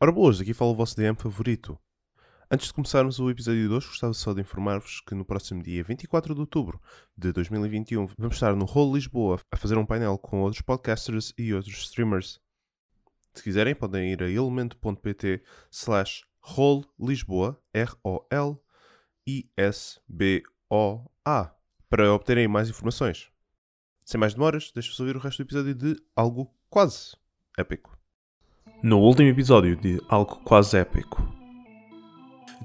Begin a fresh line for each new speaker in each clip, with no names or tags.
Ora boas, aqui fala o vosso DM favorito. Antes de começarmos o episódio de hoje, gostava só de informar-vos que no próximo dia 24 de outubro de 2021 vamos estar no Hall Lisboa a fazer um painel com outros podcasters e outros streamers. Se quiserem, podem ir a elemento.pt slash Rol Lisboa, R-O-L-I-S-B-O-A, para obterem mais informações. Sem mais demoras, deixo-vos ouvir o resto do episódio de Algo Quase Épico. No último episódio de Algo Quase Épico.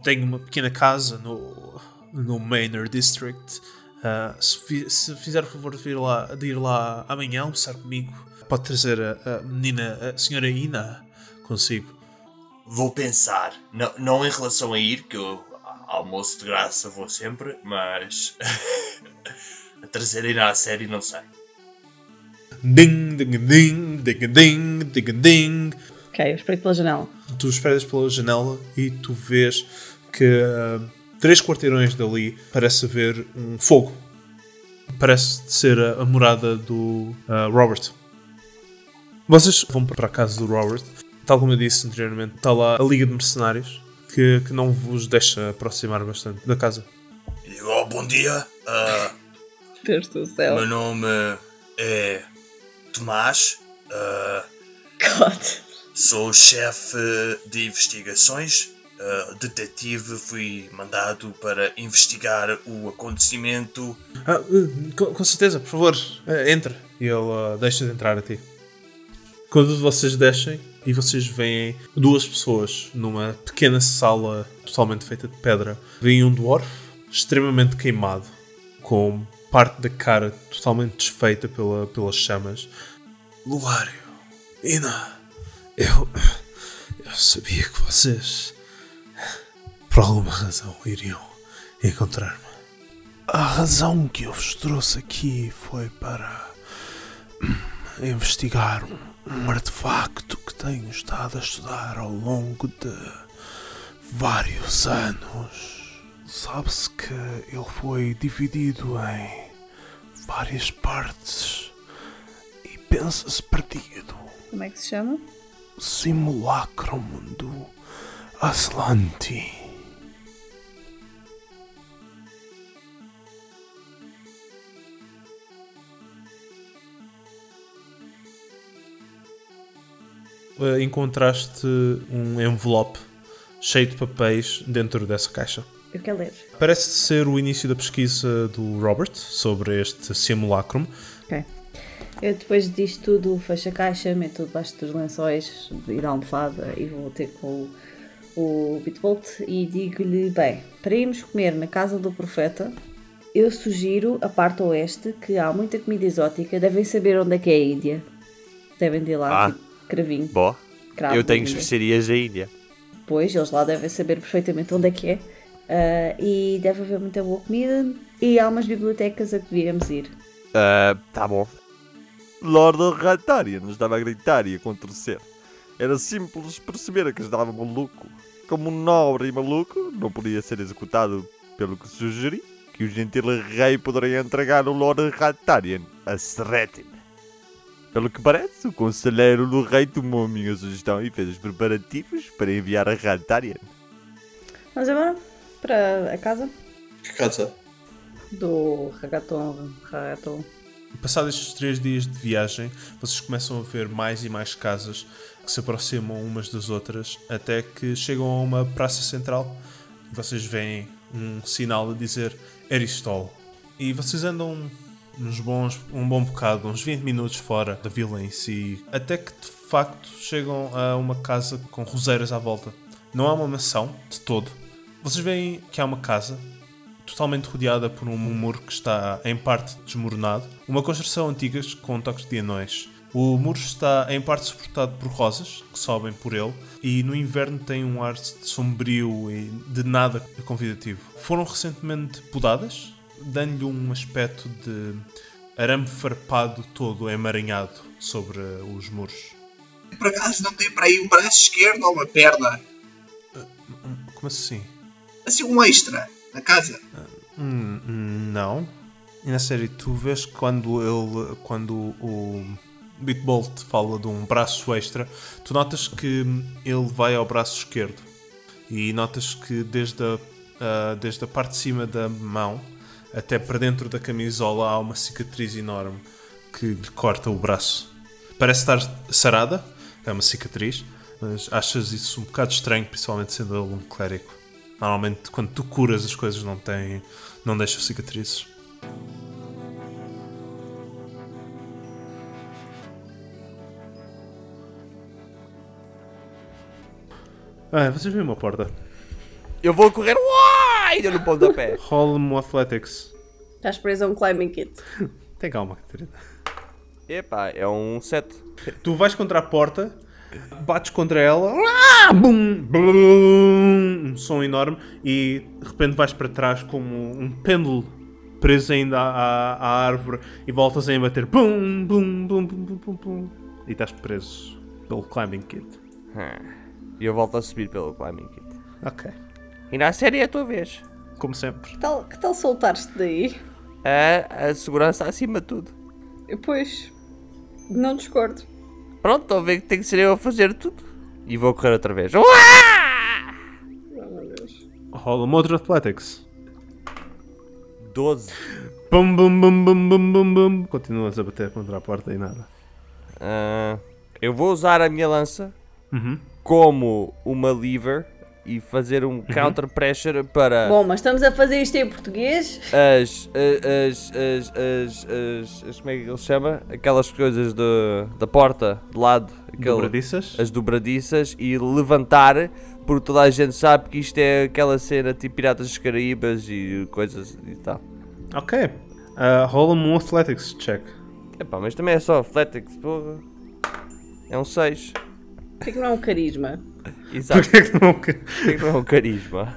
tenho uma pequena casa no, no Manor District. Ah, se, fi- se fizer o favor de ir, lá, de ir lá amanhã almoçar comigo, pode trazer a, a menina, a senhora Ina, consigo.
Vou pensar, não, não em relação a ir, que eu a- almoço de graça vou sempre, mas a trazer ir à série não sei.
Ding, ding, ding, ding, ding, ding, ding.
Ok, eu espreito pela janela.
Tu esperas pela janela e tu vês que ah, três quarteirões dali parece haver um fogo. Parece ser a, a morada do ah, Robert. Vocês vão para a casa do Robert. Tal como eu disse anteriormente, está lá a Liga de Mercenários que, que não vos deixa aproximar bastante da casa.
Oh, bom dia, ah,
Deus do céu.
meu nome é Tomás, ah,
God.
sou chefe de investigações, ah, detetive, fui mandado para investigar o acontecimento.
Ah, eh, com, com certeza, por favor, eh, entra. E ele ah, deixa de entrar a ti. Quando vocês descem e vocês veem duas pessoas numa pequena sala totalmente feita de pedra, vem um dwarf extremamente queimado, com parte da cara totalmente desfeita pela, pelas chamas. Luário, Ina, eu. Eu sabia que vocês. por alguma razão iriam encontrar-me. A razão que eu vos trouxe aqui foi para investigar um, um artefacto que tenho estado a estudar ao longo de vários anos. Sabe-se que ele foi dividido em várias partes e pensa-se perdido.
Como é que se chama?
Simulacrum do Aslanti. Eh, Encontraste um envelope cheio de papéis dentro dessa caixa.
Eu quero ler.
Parece ser o início da pesquisa do Robert sobre este simulacrum.
Ok. Eu depois disto tudo fecho a caixa, meto debaixo dos lençóis, ir à almofada e vou ter com o, o Bitbolt e digo-lhe, bem, para irmos comer na casa do profeta, eu sugiro a parte oeste, que há muita comida exótica, devem saber onde é que é a Índia. Devem de ir lá,
Ah.
tipo, cravinho.
Bom,
cravo
eu
da
tenho
Índia.
especiarias da Índia.
Pois, eles lá devem saber perfeitamente onde é que é. Ah, e deve haver muita boa comida e há umas bibliotecas a que devíamos ir.
Ah, tá bom. Lord Rataria não estava a gritar e a contorcer. Era simples perceber que estava maluco. Como um nobre e maluco, não podia ser executado pelo que sugeri, que o gentil rei poderia entregar o Lord Ratarian a Sretin. Pelo que parece, o conselheiro do rei tomou a minha sugestão e fez os preparativos para enviar a Ratarian.
Vamos agora para a casa
Que casa?
do Ragaton. Ragaton.
Passados estes três dias de viagem, vocês começam a ver mais e mais casas que se aproximam umas das outras até que chegam a uma praça central. Vocês veem um sinal a dizer Eristol. E vocês andam uns bons, um bom bocado, uns 20 minutos fora da vila em si, até que de facto chegam a uma casa com roseiras à volta. Não é uma mansão de todo. Vocês veem que há uma casa totalmente rodeada por um muro que está em parte desmoronado, uma construção antiga com toques de anões. O muro está em parte suportado por rosas que sobem por ele e no inverno tem um ar sombrio e de nada convidativo. Foram recentemente podadas, dando-lhe um aspecto de arame farpado todo emaranhado sobre os muros.
Por acaso não tem para aí um braço esquerdo ou uma perna?
Como assim?
Assim, um extra na casa?
Hum, Não. E na série, tu vês que quando ele. quando o Bitbolt fala de um braço extra, tu notas que ele vai ao braço esquerdo e notas que desde a, ah, desde a parte de cima da mão até para dentro da camisola há uma cicatriz enorme que lhe corta o braço. Parece estar sarada, é uma cicatriz, mas achas isso um bocado estranho, principalmente sendo ele um clérigo. Normalmente quando tu curas as coisas não têm, não deixam cicatrizes. Ah, vocês viram uma porta.
Eu vou correr. Uai! Deu-lhe um pontapé.
Roll-me o Athletics.
Estás preso a um climbing kit.
Tem calma, Catarina.
Epá, é um 7.
Tu vais contra a porta, bates contra ela, ah, bum, blum, um som enorme, e de repente vais para trás como um pêndulo preso ainda à, à- à árvore e voltas a bater bum, bum, bum, bum, bum, bum, bum, e estás preso pelo climbing kit.
E eu volto a subir pelo climbing kit.
Ok.
E na série é a tua vez.
Como sempre.
Que tal, que tal soltares-te daí?
A, a segurança acima de tudo.
Pois, não discordo.
Pronto, estou a ver que tenho que ser eu a fazer tudo. E vou correr outra vez. Uá!
Rola-me outro Athletics.
12.
Bum, bum, bum, bum, bum, bum, bum. Continuas a bater contra a porta e nada.
Ah, eu vou usar a minha lança como uma lever e fazer um counter pressure para
Bom, mas estamos a fazer isto em português?
as, as, as, as, as, as- Como é que ele chama? Aquelas coisas de, da porta, de lado. aquele-
Dobradiças?
as dobradiças e levantar, porque toda a gente sabe que isto é aquela cena tipo Piratas dos Caraíbas e coisas e tal.
Ok. Ah, Rola-me um Athletics check.
Epá, mas também é só Athletics, porra. É um 6.
Porquê que não é um carisma?
Exato,
Porquê que não quer?
porque não é um carisma.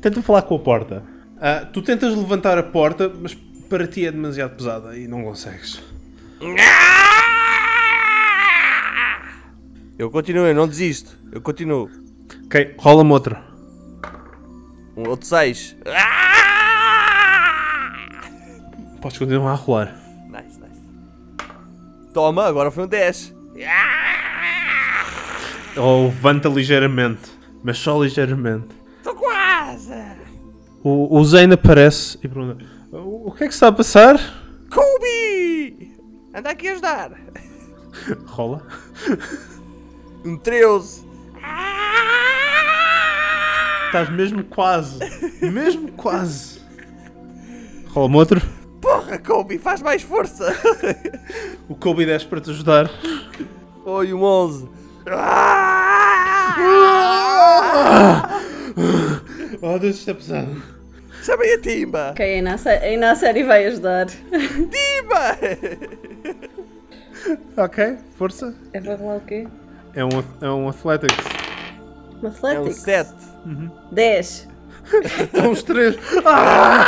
Tenta falar com a porta. Ah, tu tentas levantar a porta, mas para ti é demasiado pesada e não consegues.
Eu continuo, eu não desisto. Eu continuo.
Ok, rola-me outra.
Um outro 6.
Podes continuar a rolar.
Nice, nice. Toma, agora foi um 10.
Ele levanta ligeiramente, mas só ligeiramente.
Estou quase!
O, o Zane aparece e pergunta: O o que é que está a passar?
Kobe! Anda aqui a ajudar.
Rola.
Um 13.
Ah! Estás mesmo quase. Mesmo quase. Rola-me outro.
Porra, Kobe, faz mais força!
O Kobe 10 para te ajudar.
Foi um 11.
Ah,
Oh, Deus, isto é pesado.
Chamei a Timba!
Ok, ainda a sé- ainda a série vai ajudar.
Timba!
Ok, força.
É para rolar o quê?
É um, é um Athletics. Uhum.
Uma
É um
Athletics?
7.
10.
São os três.
Ah!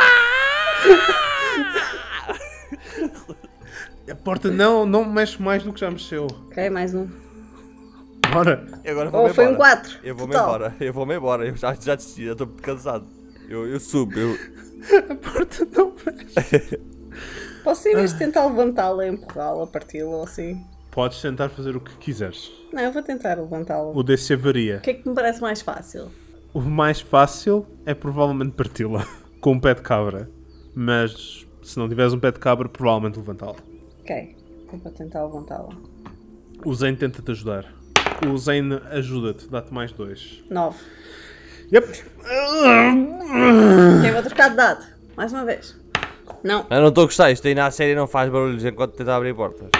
A porta não, não mexe mais do que já mexeu.
Ok, mais um.
Bora.
E agora vou-me
Oh, foi um
embora.
4.
Eu vou-me embora, eu vou-me embora, eu já, já desisti, eu estou cansado. Eu, eu subo, eu.
A porta não mexe.
Posso
Ah.
em vez de tentar levantá-la, empurrá-la, parti-la ou assim?
Podes tentar fazer o que quiseres.
Não, eu vou tentar levantá-la.
O DC varia.
O que é que me parece mais fácil?
O mais fácil é provavelmente parti-la com um pé de cabra. Mas se não tiveres um pé de cabra, provavelmente levantá-lo.
Ok, então vou tentar levantá-la.
O Zane tenta-te ajudar. O Zane ajuda-te, dá-te mais dois.
9.
Yep.
Ok, vou trocar de dado. Mais uma vez. Não.
Eu não estou a gostar, isto aí na série não faz barulhos enquanto tenta abrir portas.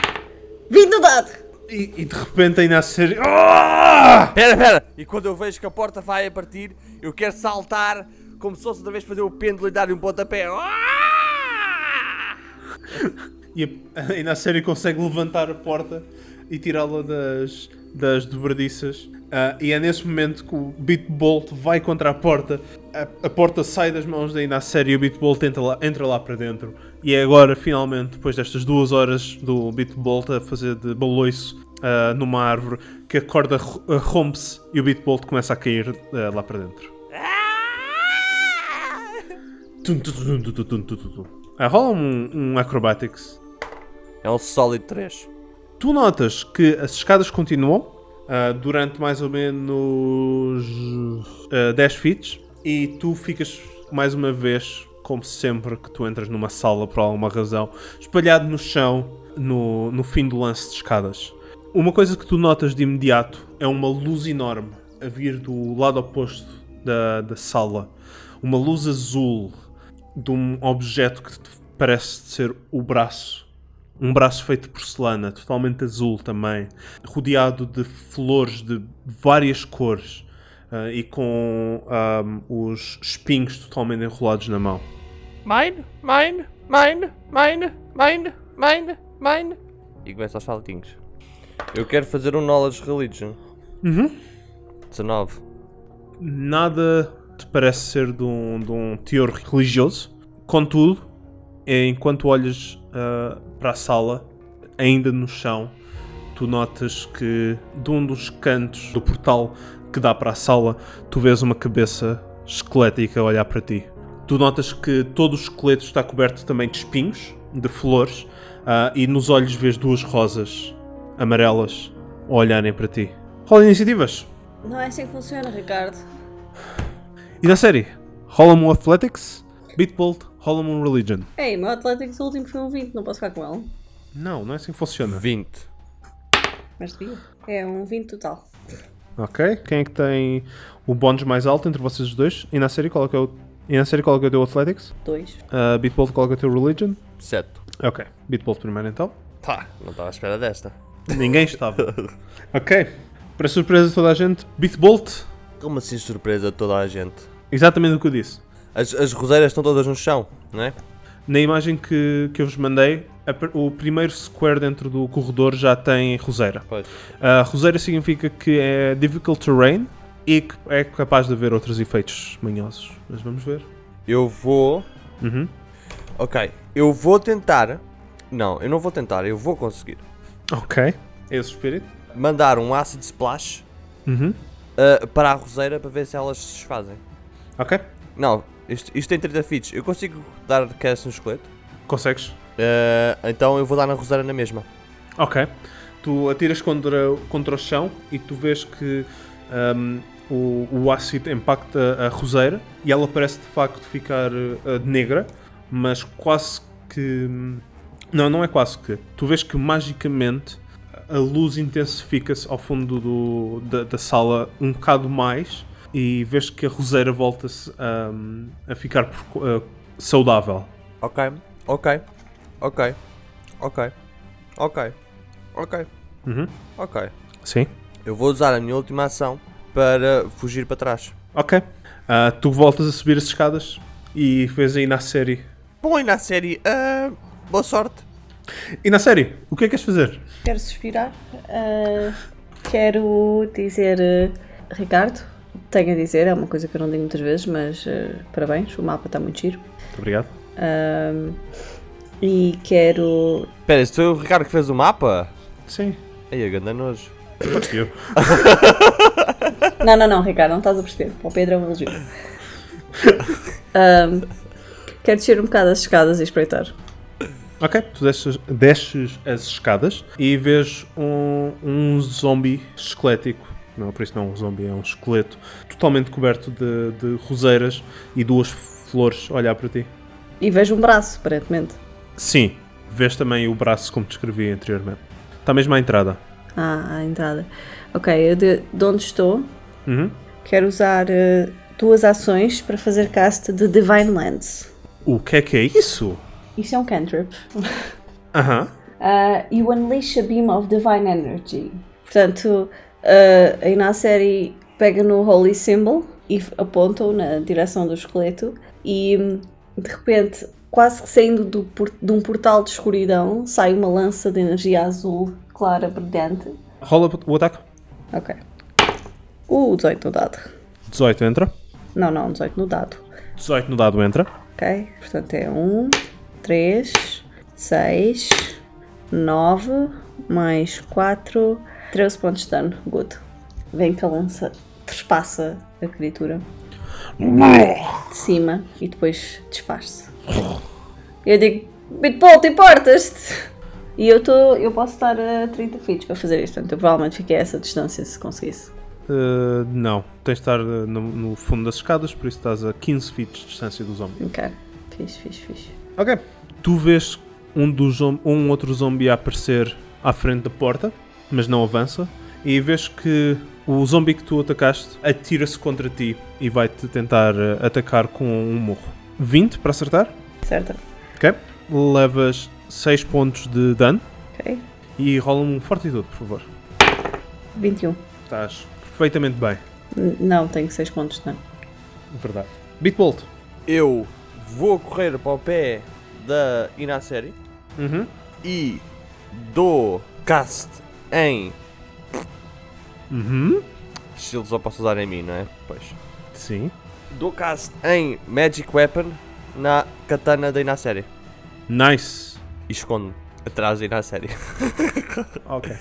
20 do dado!
E, e de repente ainda a ser. Ah!
Pera, pera! E quando eu vejo que a porta vai a partir, eu quero saltar como se fosse outra vez fazer o pêndulo e dar-lhe um pontapé. Ah!
E a- ainda a série consegue levantar a porta e tirá-la das, das dobradiças. Ah, e é nesse momento que o Bitbolt vai contra a porta. A, a porta sai das mãos da ainda a série e o Bitbolt entra lá, entra lá para dentro. E é agora, finalmente, depois destas duas horas do Bitbolt a fazer de baloiço ah, numa árvore, que a corda ro- ah, rompe-se e o Bitbolt começa a cair ah, lá para dentro. Tum, tum, tum, tum, tum, tum, tum, tum. Ah, rola um, um acrobatics.
É um sólido 3.
Tu
Tu notas que as escadas continuam ah, durante mais ou menos ah, 10 feet e tu ficas mais uma vez, como sempre que tu entras numa sala por alguma razão, espalhado no chão no, no fim do lance de escadas. Uma coisa que tu notas de imediato é uma luz enorme a vir do lado oposto da, da sala. Uma luz azul de um objeto que te parece ser o braço um braço feito de porcelana, totalmente azul também, rodeado de flores de várias cores ah, e com ahm, os espinhos totalmente enrolados na mão.
Mine, mine, mine, mine, mine, mine, mine. E começa aos saltinhos. Eu quero fazer um Knowledge Religion.
Uhum.
19.
Nada te parece ser de um, de um teor religioso, contudo, enquanto olhas ah, para a sala, ainda no chão, tu notas que de um dos cantos do portal que dá para a sala, tu vês uma cabeça esquelética a olhar para ti. Tu notas que todo o esqueleto está coberto também de espinhos, de flores, ah, e nos olhos vês duas rosas amarelas a olharem para ti. Rola iniciativas.
Não é assim que funciona, Ricardo.
E na série, rola-me um Athletics, Beatbolt, rola-me um Religion.
Ei, meu Athletics o último foi um 20, não posso ficar com ele.
Não, não é assim que funciona.
20.
Mas devia. É um 20 total.
Ok. Quem é que tem o bónus mais alto entre vocês os dois? E na série, qual é que é o, e na série, qual é que é o teu Athletics?
Dois.
Uh, Beatbolt, qual é que é o teu Religion?
7.
Ok. Beatbolt primeiro então.
Pá, não estava à espera desta.
Ninguém estava. ok. Para surpresa de toda a gente, Beatbolt,
Como assim surpresa de toda a gente?
exatamente o que eu disse.
As, as roseiras estão todas no chão, não é?
Na imagem que, que eu vos mandei, a pr- o primeiro square dentro do corredor já tem roseira.
Pois.
A roseira significa que é difficult terrain e que é capaz de haver outros efeitos manhosos. Mas vamos ver.
Eu vou.
Uhum.
Ok. Eu vou tentar. Não, eu não vou tentar, eu vou conseguir.
Ok. É Esse espírito.
Mandar um ácido splash
Uhum.
ah, para a roseira para ver se elas se desfazem.
Ok.
Não, isto, isto tem 30 feats. Eu consigo dar cast no esqueleto?
Consegues?
Ah, então eu vou dar na roseira na mesma.
Ok. Tu atiras contra, contra o chão e tu vês que ahm, o, o ácido impacta a roseira e ela parece de facto ficar ah, negra, mas quase que. Não, não é quase que. Tu vês que magicamente a luz intensifica-se ao fundo do, da, da sala um bocado mais e vês que a roseira volta-se ahm, a ficar por- ah, saudável.
Ok, ok, ok, ok, ok, ok,
Uhum.
ok.
Sim.
Eu vou usar a minha última ação para fugir para trás.
Ok. Ah, tu voltas a subir as escadas e vês aí na série.
Põe na série. ah, boa sorte.
E na série, o que é que queres fazer?
Quero suspirar. ah, quero dizer, ah, Ricardo, tenho a dizer, é uma coisa que eu não digo muitas vezes, mas ah, parabéns, o mapa está muito giro. Ah,
Muito obrigado.
E quero.
Espera, isso foi o Ricardo que fez o mapa?
Sim.
Aí, a ganda nojo.
Eu.
Não, não, não, Ricardo, não estás a perceber. Para o Pedro é um elogio. Ah, quero descer um bocado as escadas e espreitar.
Ok, tu desces, desces as escadas e vês um, um zombi esquelético. Não, por isso não é um zombi, é um esqueleto. Totalmente coberto de, de roseiras e duas flores a olhar para ti.
E vejo um braço, aparentemente.
Sim. Vês também o braço como descrevi anteriormente. Está mesmo à entrada.
Ah, à entrada. Ok, eu de, de onde estou,
Uhum.
quero usar eh, duas ações para fazer cast de Divine Lands.
O que é que é isso?
Isto é um cantrip.
Aham.
Ah, you unleash a beam of divine energy. Portanto, ah, a Inaceri pega no Holy Symbol e f- aponta-o na direção do esqueleto e hum, de repente, quase que saindo do por- de um portal de escuridão, sai uma lança de energia azul clara brilhante.
Rola o ataque.
Ok. Uh, 18 no dado.
18 entra.
Não, não, 18 no dado.
18 no dado entra.
Ok? Portanto é 1, 3, 6, 9, mais 4, 13 pontos de dano. Good. Vem que a lança trespassa a criatura de cima e depois desfaz-se. Eu digo: Bitbolt, importas-te? E eu, tô, eu posso estar a 30 feet para fazer isto, portanto eu provavelmente fiquei a essa distância se conseguisse.
Uh, não, tens de estar uh, no, no fundo das escadas, por isso estás a 15 feet de distância do zombie.
Ok, fixe, fixe, fixe.
Ok. Tu vês um, dos, zom- um outro zombie a aparecer à frente da porta, mas não avança. E vês que o zombie que tu atacaste atira-se contra ti e vai-te tentar eh, atacar com um murro. 20 para acertar.
Certo?
Ok. Levas 6 pontos de dano
Ok.
e rola-me um fortitude, por favor.
21.
Estás perfeitamente bem.
N- Não, tenho 6 pontos, não.
Verdade. Bitbolt.
Eu vou correr para o pé da Inaceri
Uhum.
e dou cast em.
Uhum.
Shield só posso usar em mim, não é? Pois.
Sim.
Dou cast em Magic Weapon na katana da Inaceri.
Nice.
E escondo-me atrás da Inaceri.
Ok.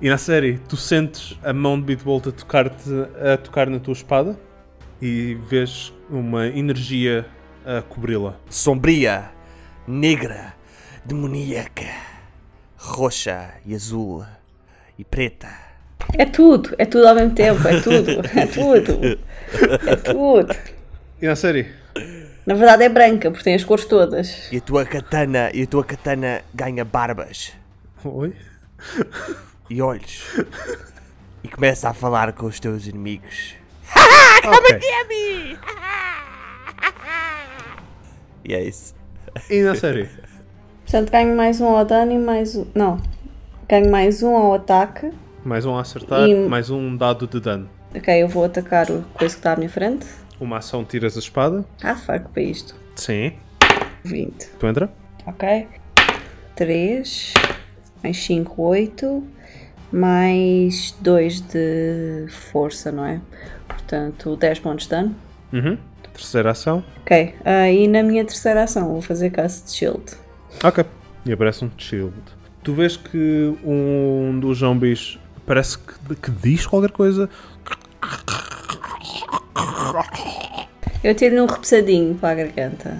e na série, tu sentes a mão de Bitbolt a tocar-te, a tocar na tua espada e vês uma energia a cobri-la.
Sombria, negra, demoníaca, roxa e azul e preta.
É tudo, é tudo ao mesmo tempo, é tudo, é tudo. É tudo.
E na série,
Na verdade é branca, porque tem as cores todas.
E a tua katana, e a tua katana ganha barbas
oi?
e olhos. E começa a falar com os teus inimigos.
Ok.
E é isso.
E na série,
Portanto, ganho mais um ao dano e mais um. Não. Ganho mais um ao ataque.
mais um a acertar,
E-
mais um dado de dano.
Ok, eu vou atacar o coisa que está à minha frente.
Uma ação tiras a espada.
Ah, fuck para isto.
Sim.
20.
Tu entra?
Ok. 3. Mais 5, 8. Mais 2 de força, não é? Portanto, 10 pontos de dano.
Uhum. Terceira ação.
Ok, ah, e na minha terceira ação vou fazer cast de shield.
Ok. E aparece um shield. Tu vês que um dos zombies parece que, que diz qualquer coisa.
Eu tiro-lhe um repousadinho para a garganta.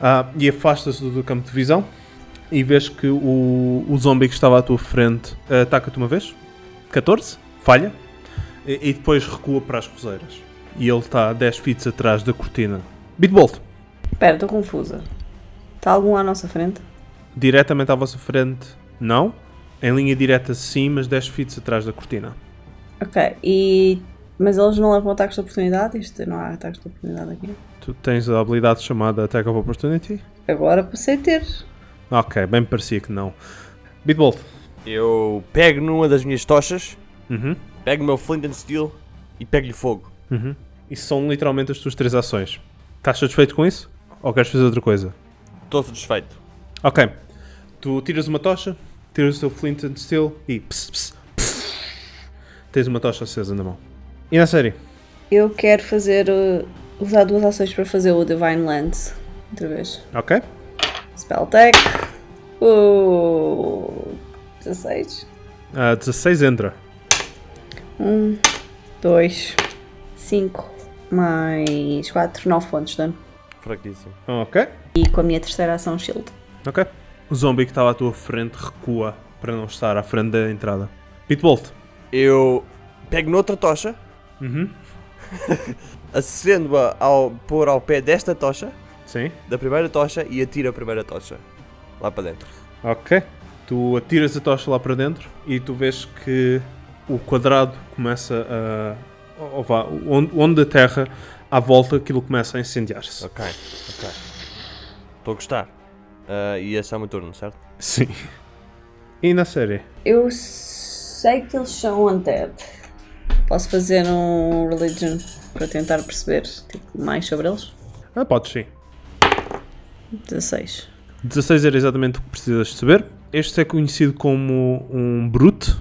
Ah, e afasta-se do, do campo de visão. E vês que o, o zombie que estava à tua frente ah, ataca-te uma vez. 14. Falha. E, e depois recua para as cozeiras. E ele está a 10 feet atrás da cortina. Bitbolt.
Espera, estou confusa. Está algum à nossa frente?
Diretamente à vossa frente, não. Em linha direta, sim, mas 10 feet atrás da cortina.
Ok, e. Mas eles não levam ataques de oportunidade? Isto não há ataques de oportunidade aqui.
Tu tens a habilidade chamada Attack of Opportunity?
Agora passei a ter.
Ok, bem me parecia que não. Bitbolt.
Eu pego numa das minhas tochas,
Uhum.
pego o meu flint and steel e pego-lhe fogo.
Isso são literalmente as tuas três ações. Estás satisfeito com isso? Ou queres fazer outra coisa?
Estou satisfeito.
Ok. Tu tiras uma tocha, tiras o teu flint and steel e... Pss, pss, pss. tens uma tocha acesa na mão. E na série?
Eu quero fazer. uh, usar duas ações para fazer o Divine Lance. Outra vez.
Ok.
Spell Tech. Uh, 16.
Ah, 16 entra.
2. 5. Mais 4. 9 pontos de dano.
Fraquíssimo.
Ok.
E com a minha terceira ação, Shield.
Ok. O zombie que estava à tua frente recua para não estar à frente da entrada. Pitbolt.
Eu pego noutra tocha, acendo-a ao pôr ao pé desta tocha,
Sim.
da primeira tocha e atiro a primeira tocha. Lá para dentro.
Ok. Tu atiras a tocha lá para dentro e tu vês que o quadrado começa a. ou vá, onde, onde a terra à volta aquilo começa a incendiar-se.
Ok, ok. Estou a gostar. Ah, e esse é o meu turno, certo?
Sim. E na série?
Eu sei que eles são undead. Posso fazer um religion para tentar perceber tipo, mais sobre eles?
Ah, podes sim.
16.
16 era exatamente o que precisas de saber. Este é conhecido como um brute.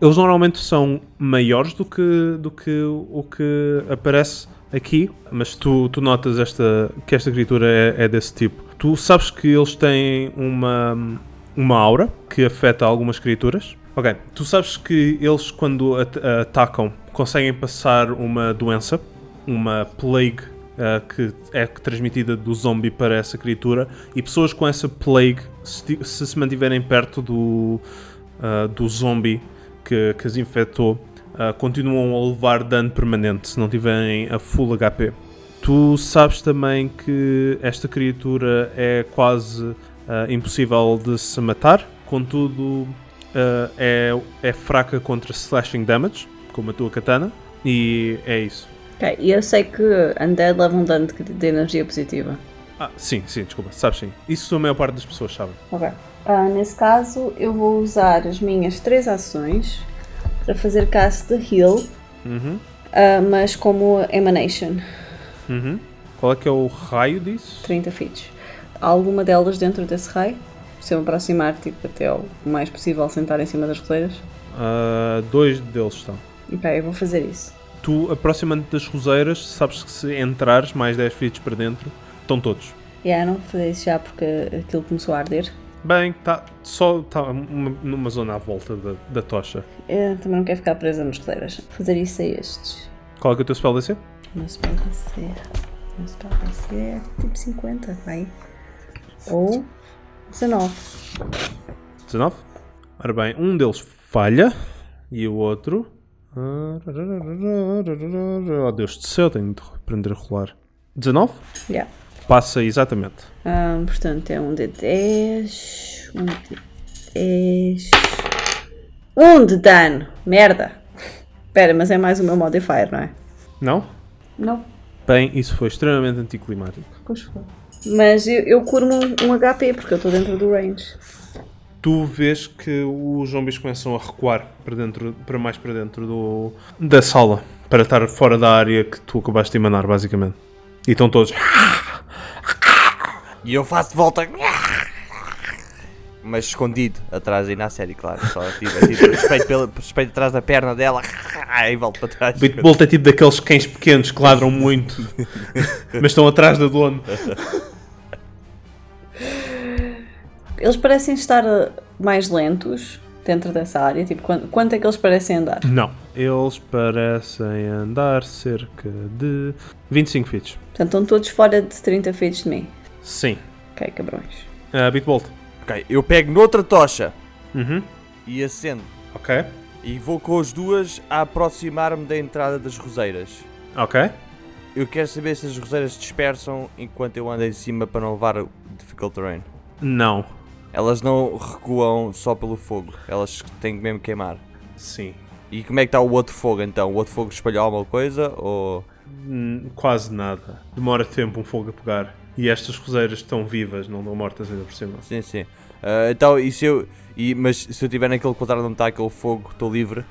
Eles normalmente são maiores do que, do que o que aparece aqui, mas tu, tu notas esta, que esta criatura é, é desse tipo. Tu sabes que eles têm uma, uma aura que afeta algumas criaturas. Ok, tu sabes que eles quando at- atacam conseguem passar uma doença, uma plague ah, que é transmitida do zombie para essa criatura. E pessoas com essa plague, se, ti- se se mantiverem perto do, ah, do zombie que, que as infectou, ah, continuam a levar dano permanente se não tiverem a full HP. Tu sabes também que esta criatura é quase ah, impossível de se matar, contudo ah, é, é fraca contra slashing damage, como a tua katana, e é isso.
Ok, e eu sei que Undead leva um dano de, de energia positiva.
Ah, sim, sim, desculpa, sabes sim. Isso a maior parte das pessoas sabe.
Ok. Ah, nesse caso, eu vou usar as minhas três ações para fazer cast de heal, ah, mas como emanation,
Qual é que é o raio disso?
30 feet. Há alguma delas dentro desse raio? Se eu me aproximar, tipo, até o mais possível sentar em cima das roleiras?
Ah, dois deles estão.
Ok, eu vou fazer isso.
Tu, aproximando-te das roseiras, sabes que se entrares mais 10 feet para dentro, estão todos.
Yeah, não vou fazer isso já porque aquilo começou a arder.
Bem, tá só tá uma- numa zona à volta da, da tocha.
Eu Eh, também não quero ficar presa nas coleiras. Vou fazer isso a estes.
Qual é que é o teu spell DC?
Meu spell vai ser. Meu spell vai ser tipo 50, vai. Ou 19.
19. Ora bem, um deles falha e o outro. Oh Deus do céu, tenho de aprender a rolar. 19?
Yeah.
Passa exatamente.
Ahn, portanto, é um de 10. Um de 10. Um de dano! Merda! Espera, mas é mais o meu modifier, não é?
Não?
Não.
Bem, isso foi extremamente anticlimático.
Pois foi. Mas eu, eu curmo um, um HP porque eu estou dentro do range.
Tu vês que os zombies começam a recuar para, dentro, para mais para dentro do, da sala, para estar fora da área que tu acabaste de emanar, basicamente. E estão todos.
E eu faço de volta. Mas escondido atrás da Inacérie, claro. Só tive, tive respeito, pela, respeito atrás da perna dela. E volto para trás.
Bitbolt é tipo daqueles cães pequenos que ladram muito, mas estão atrás do dono.
Eles parecem estar ah, mais lentos dentro dessa área. Tipo, quanto, quanto é que eles parecem andar?
Não. Eles parecem andar cerca de 25 feet.
Portanto, estão todos fora de 30 feet de mim.
Sim.
Ok, cabrões.
Uh, Bitbolt.
Ok, eu pego noutra tocha
Uhum.
e acendo.
Ok.
E vou com as duas a aproximar-me da entrada das roseiras.
Ok.
Eu quero saber se as roseiras dispersam enquanto eu ando em cima para não levar o difficult terrain.
Não.
Elas não recuam só pelo fogo, elas têm que mesmo queimar.
Sim.
E como é que está o outro fogo então? O outro fogo espalhou alguma coisa ou.
Hum, Quase nada. Demora tempo um fogo a pegar. E estas roseiras estão vivas, não estão mortas ainda por cima.
Sim, sim. Ah, então, e se eu. e- mas se eu tiver naquele quadrado onde está aquele fogo, estou livre?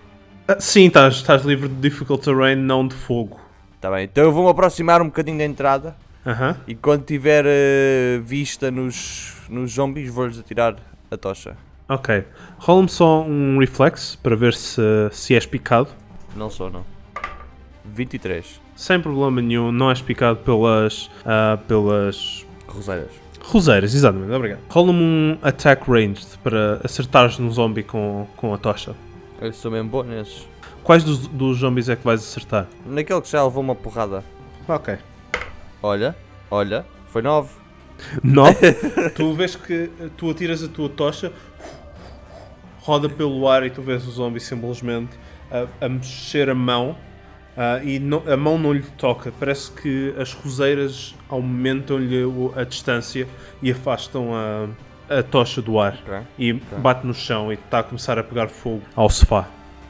Ah, sim, estás, estás livre de difficult terrain, não de fogo.
Está bem. Então eu vou-me aproximar um bocadinho da entrada
Aham.
e quando tiver ah, vista nos, nos zombies, vou-lhes atirar a tocha.
Ok. Rola-me só um reflex para ver se, se és picado.
Não sou, não. 23.
Sem problema nenhum, não és picado pelas. ah, pelas.
Roseiras.
Roseiras, exatamente, obrigado. Rola-me um attack ranged para acertares num zombie com, com a tocha.
Eu sou mesmo bom nesses.
Quais dos, dos zombies é que vais acertar?
Naquele que já levou uma porrada.
Ok.
Olha, olha, foi 9.
9. tu vês que tu atiras a tua tocha, roda pelo ar e tu vês o zombie simplesmente ah, a, a mexer a mão ah, e não- a mão não lhe toca. Parece que as roseiras aumentam-lhe o- a distância e afastam a, a tocha do ar.
Ok.
E bate no chão e está a começar a pegar fogo ao sofá.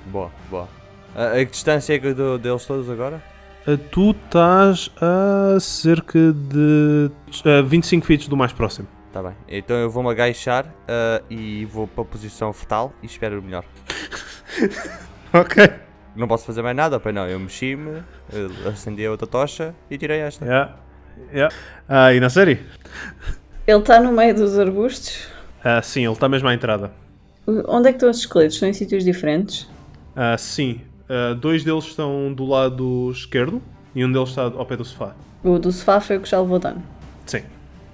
Boa, boa. A, a que distância é que eu dou deles todos agora?
Ah, Tu estás a cerca de ah, 25 feet do mais próximo.
Tá bem. Então eu vou-me agachar ah, e vou para a posição fetal e espero o melhor.
Ok.
Não posso fazer mais nada, pois não. Eu mexi-me, eh, acendi a outra tocha e tirei esta.
Yeah. Yeah. Ah, e na série?
Ele está no meio dos arbustos.
Ah, sim, ele está mesmo à entrada.
Onde é que estão os esqueletos? Estão em sítios diferentes?
Ah, sim, Ah, dois deles estão do lado esquerdo e um deles está ao pé do sofá.
O do sofá foi o que já levou dano.
Sim.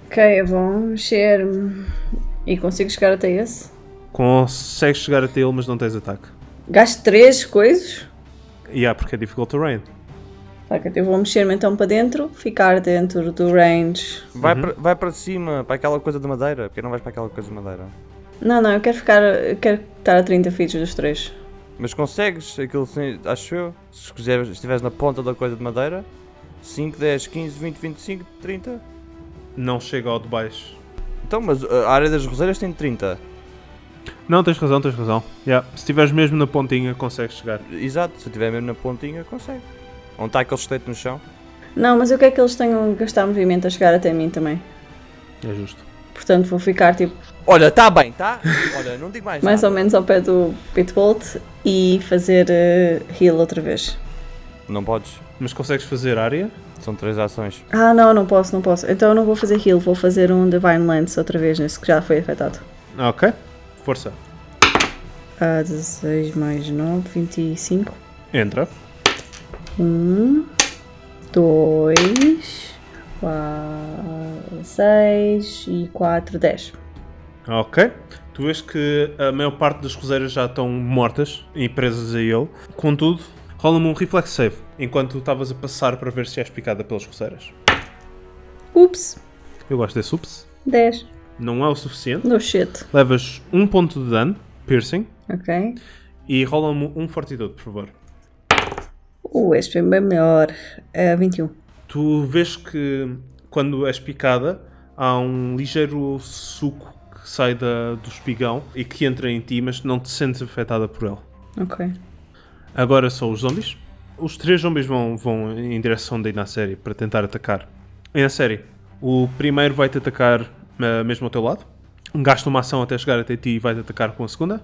Ok, eu vou mexer-me. E consigo chegar até esse?
Consegues chegar até ele, mas não tens ataque.
Gasto três coisas?
E yeah, porque é difficult terrain.
Ok, eu vou mexer-me então para dentro, ficar dentro do range.
Vai, para, vai para cima, para aquela coisa de madeira. Porque não vais para aquela coisa de madeira.
Não, não, eu quero ficar. Eu quero estar a 30 feet dos três.
Mas consegues aquilo, sem- acho eu. Se quiseres, estiveres na ponta da coisa de madeira. 5, 10, 15, 20, 25, 30.
Não chega ao de baixo.
Então, mas a área das roseiras tem 30.
Não, tens razão, tens razão. Yeah. Se estiveres mesmo na pontinha, consegues chegar.
Exato, se estiver mesmo na pontinha, consegue. Onde está aquele estreito no chão?
Não, mas eu quero que eles tenham que gastar movimento a chegar até mim também.
É justo.
Portanto, vou ficar tipo
Olha, está bem, tá? está? Olha, não digo mais
mais
nada.
ou menos ao pé do Pitbolt e fazer eh, heal outra vez.
Não podes.
Mas consegues fazer área?
São três ações.
Ah, não, não posso, não posso. Então eu não vou fazer heal, vou fazer um Divine Lance outra vez nesse que já foi afetado.
Ah, ok. Força.
Ah, 16 mais 9, 25.
Entra.
1, 2, 4, 6 e 4, 10.
Ok. Tu vês que a maior parte das roseiras já estão mortas e presas a ele. Contudo, rola-me um reflex save enquanto tu estavas a passar para ver se és picada pelas roseiras.
Ups,
Eu gosto desse ups.
10.
Não é o suficiente.
No shit.
Levas um ponto de dano, piercing,
Ok.
e rola-me um fortitude, por favor.
Uh, este foi bem melhor. É 21.
Tu vês que quando és picada há um ligeiro suco que sai da- do espigão e que entra em ti, mas não te sentes afetada por ele.
Ok.
Agora são os zombies. Os três zombies vão, vão em direção da Inasérie para tentar atacar. Inasérie, o primeiro vai-te atacar ah, mesmo ao teu lado. Gasta uma ação até chegar até ti e vai-te atacar com a segunda.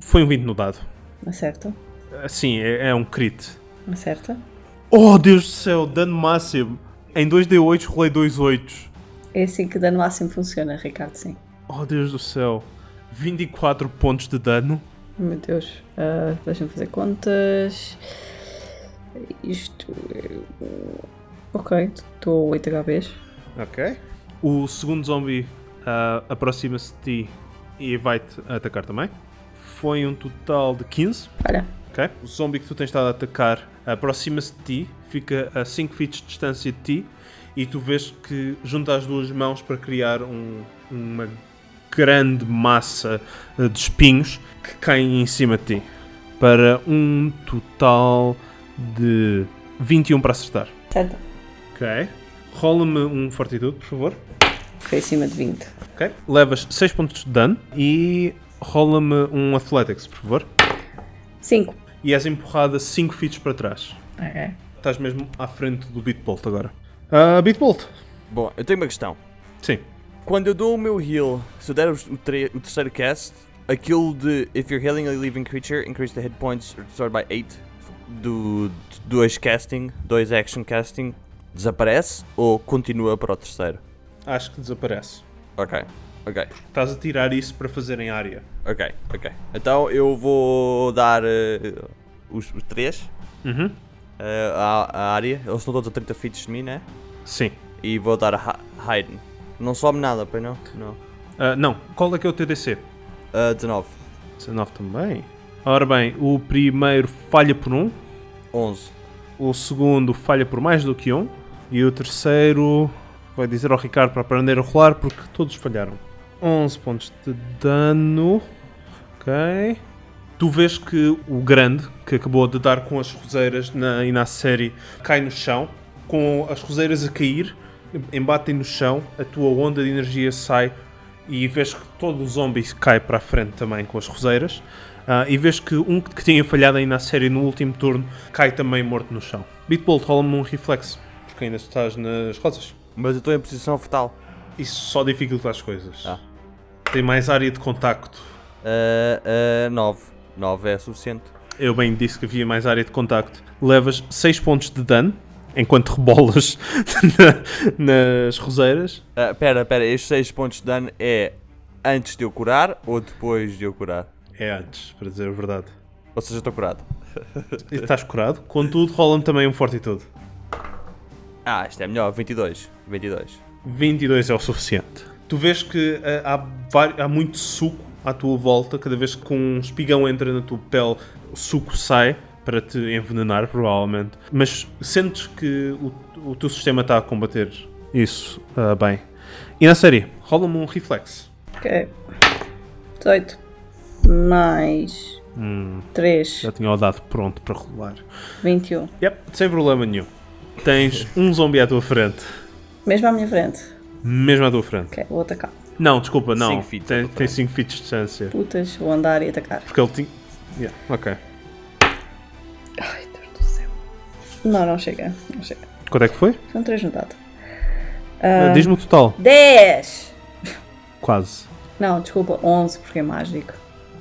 Foi um 20 no dado.
Acerta.
Sim, é, é um crit.
Acerta.
Oh, Deus do céu, dano máximo. Em 2D8 rolei 2 8
É assim que dano máximo funciona, Ricardo, sim.
Oh, Deus do céu. 24 pontos de dano.
Meu Deus. Ah, Deixa-me fazer contas. Isto. é- Ok, estou 8 HPs.
Ok. O segundo zombie ah, aproxima-se de ti e vai-te atacar também. Foi um total de 15.
Olha.
Ok. O zombie que tu tens estado a atacar aproxima-se de ti, fica a 5 feet de distância de ti e tu vês que junta as duas mãos para criar um- uma grande massa eh, de espinhos que caem em cima de ti. Para um total de 21 para acertar.
Acerta.
Ok. Rola-me um fortitude, por favor.
Foi acima de 20.
Ok. Levas 6 pontos de dano e rola-me um Athletics, por favor.
5.
E és empurrada 5 feet para trás.
Ok.
Estás mesmo à frente do Bitbolt agora. Ah, Bitbolt.
Bom, eu tenho uma questão.
Sim.
Quando eu dou o meu heal, se eu der os- o, tre- o terceiro cast, aquilo de If you're healing a living creature, increase the hit points restored by 8 do 2 casting, 2 action casting, desaparece ou continua para o terceiro?
Acho que desaparece.
Ok, ok,
Estás a tirar isso para fazer em área.
ok, ok. Então eu vou dar eh, os, os três
Uhum.
eh, à, à área. Eles estão todos a 30 feet de mim, né?
Sim.
E vou dar a Hayden. Não sobe nada, pois não? Não.
Ah, não. Qual é que é o TDC?
Ah, 19,
19 também. Ora bem, o primeiro falha por 1.
11.
O segundo falha por mais do que um. E o terceiro vai dizer ao Ricardo para aprender a rolar porque todos falharam. 11 pontos de dano. Ok. Tu vês que o grande, que acabou de dar com as roseiras na, e na série, cai no chão. Com as roseiras a cair, embatem no chão, a tua onda de energia sai e vês que todo o zombie cai para a frente também com as roseiras. Ah, e vês que um que tinha falhado aí na série no último turno cai também morto no chão. Bitbolt, rola-me um reflexo, porque ainda estás nas rosas.
Mas eu estou em posição fetal.
Isso só dificulta as coisas.
Ah.
Tem mais área de contacto.
9. 9 ah, é suficiente.
Eu bem disse que havia mais área de contacto. Levas 6 pontos de dano enquanto rebolas na- nas roseiras.
Ah, pera, pera, estes 6 pontos de dano é antes de eu curar ou depois de eu curar?
É antes, para dizer a verdade.
Ou seja, estou curado.
E Estás curado. Contudo, rola-me também um fortitude.
Ah, isto é melhor, 22. 22.
22 é o suficiente. Tu vês que ah, há, vari- há muito suco à tua volta, cada vez que um espigão entra na tua pele, o suco sai. para te envenenar, provavelmente. Mas sentes que o, o teu sistema está a combater isso ah, bem. E na série, rola-me um reflexo.
Ok. 18. Mais. 3.
Já tinha o dado pronto para rolar.
21.
Yep, sem problema nenhum. Tens um zombie à tua frente.
Mesmo à minha frente.
Mesmo à tua frente.
Ok, vou atacar.
Não, desculpa, não.
Cinco feet à
Tem-
tua
Tem
frente.
5 feet de distância.
Putas, vou andar e atacar.
Porque ele tinha. Yeah, ok.
Ai, Deus do céu. Não, não chega. Não chega.
Quanto é que foi?
São 3 no dado.
Diz-me o total.
10!
Quase.
Não, desculpa, 11 porque é mágico.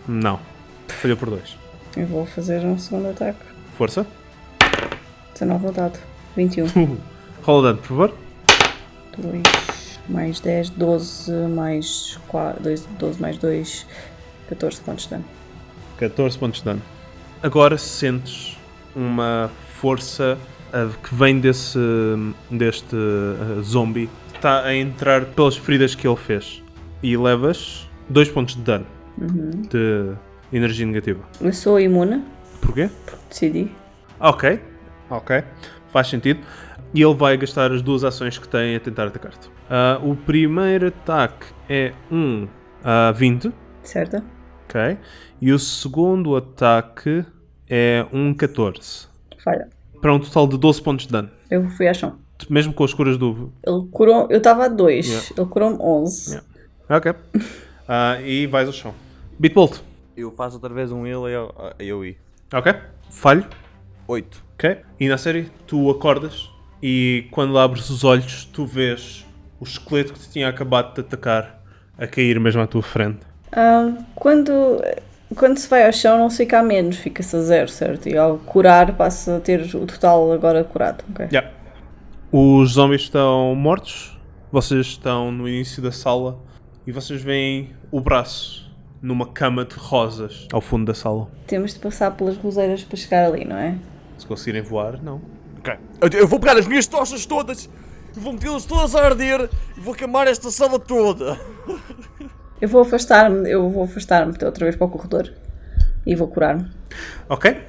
Não. Falhou por dois.
Eu vou fazer um segundo ataque.
Força.
19 no dado. 21.
Rola dano, por favor.
2 mais 10, 12 mais 4, 2, 12 mais 2, 14 pontos de dano.
14 pontos de dano. Agora sentes uma força ah, que vem desse deste ah, zombie. Está a entrar pelas feridas que ele fez. E levas 2 pontos de dano de energia negativa.
Eu sou imune,
Porquê?
decidi.
Ok. Ok. Faz sentido. E ele vai gastar as duas ações que tem a tentar atacar-te. Ah, o primeiro ataque é um a 20.
Certo?
Ok. E o segundo ataque é um 14.
Falha.
Para um total de 12 pontos de dano.
Eu fui à chão.
Mesmo com as curas do.
Ele curou, eu estava a 2,
Yeah.
ele curou-me 11.
Yeah. Ok. Ah, e vais ao chão. Bitbolt.
Eu faço outra vez um ele e eu, eu e.
Ok. Falho.
8.
Ok. E na série, tu acordas e quando abres os olhos, tu vês o esqueleto que te tinha acabado de atacar a cair mesmo à tua frente.
Ahm, quando, quando se vai ao chão, não se fica a menos, fica-se a zero, certo? E ao curar, passa a ter o total agora curado. Ok.
Yeah. Os zombies estão mortos. Vocês estão no início da sala e vocês veem o braço numa cama de rosas ao fundo da sala.
Temos de passar pelas roseiras para chegar ali, não é?
Se conseguirem voar, não.
Ok. Eu, eu vou pegar as minhas tochas todas, eu vou metê-las todas a arder e vou queimar esta sala toda.
Eu vou afastar-me, eu vou afastar-me outra vez para o corredor e vou curar-me.
Ok?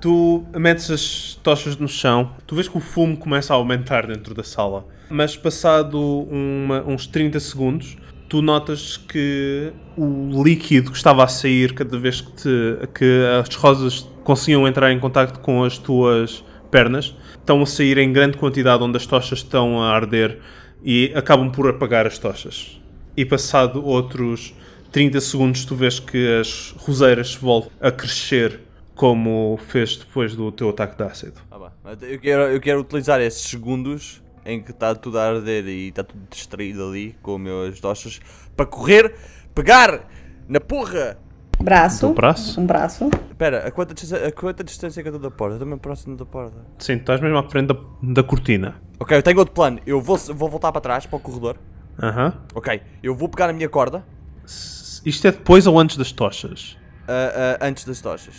Tu metes as tochas no chão, tu vês que o fumo começa a aumentar dentro da sala, mas passado uma- uns 30 segundos, tu notas que o líquido que estava a sair cada vez que, te- que as rosas conseguiam entrar em contacto com as tuas pernas, estão a sair em grande quantidade onde as tochas estão a arder e acabam por apagar as tochas. E passado outros 30 segundos, tu vês que as roseiras voltam a crescer como fez depois do teu ataque de ácido.
Ah, vá. Eu quero, eu quero utilizar esses segundos em que está tudo a arder e está tudo distraído ali com as minhas tochas para correr, pegar na porra.
Braço.
Do braço?
Um braço.
Espera, a quanta, distância- a quanta distância é que eu estou da porta? Eu estou mesmo próximo da porta.
Sim, tu estás mesmo à frente da, da cortina.
Ok, eu tenho outro plano. Eu vou, vou voltar para trás, para o corredor.
Aham.
Ok, eu vou pegar a minha corda
S- Isto é depois ou antes das tochas?
ah, ah, antes das tochas.